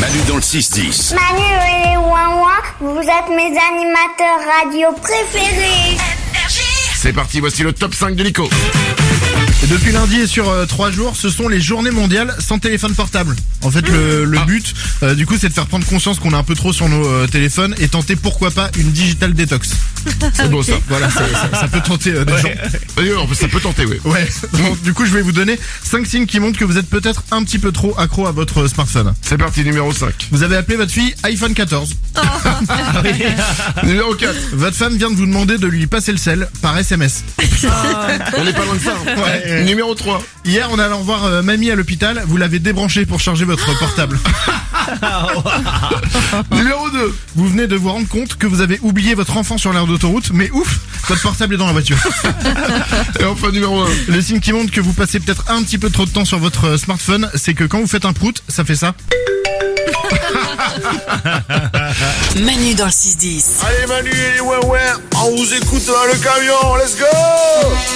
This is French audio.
Manu dans le 6-10. Manu et les Ouin-Ouin, vous êtes mes animateurs radio préférés. C'est parti, voici le top 5 de Nico. Depuis lundi et sur euh, trois jours, ce sont les journées mondiales sans téléphone portable. En fait, le, le but, euh, du coup, c'est de faire prendre conscience qu'on est un peu trop sur nos euh, téléphones et tenter, pourquoi pas, une digital détox. C'est beau ça. Voilà, ça, ça- ça peut tenter euh, des gens. D'ailleurs, oh, ça peut tenter, oui. Ouais. Donc, du coup, je vais vous donner cinq signes qui montrent que vous êtes peut-être un petit peu trop accro à votre euh, smartphone. C'est parti, numéro 5. Vous avez appelé votre fille iPhone 14. Numéro 4. Votre femme vient de vous demander de lui passer le sel par SMS. On n'est pas loin de ça. hein. Ouais. Numéro 3. Hier, en allant voir euh, mamie à l'hôpital, vous l'avez débranché pour charger votre portable. Numéro 2. Vous venez de vous rendre compte que vous avez oublié votre enfant sur l'aire d'autoroute, mais ouf, votre portable est dans la voiture. Et enfin, numéro 1. Le signe qui montre que vous passez peut-être un petit peu trop de temps sur votre euh, smartphone, c'est que quand vous faites un prout, ça fait ça. Manu dans le 6-10. Allez Manu et les ouais ouais, on vous écoute dans le camion, let's go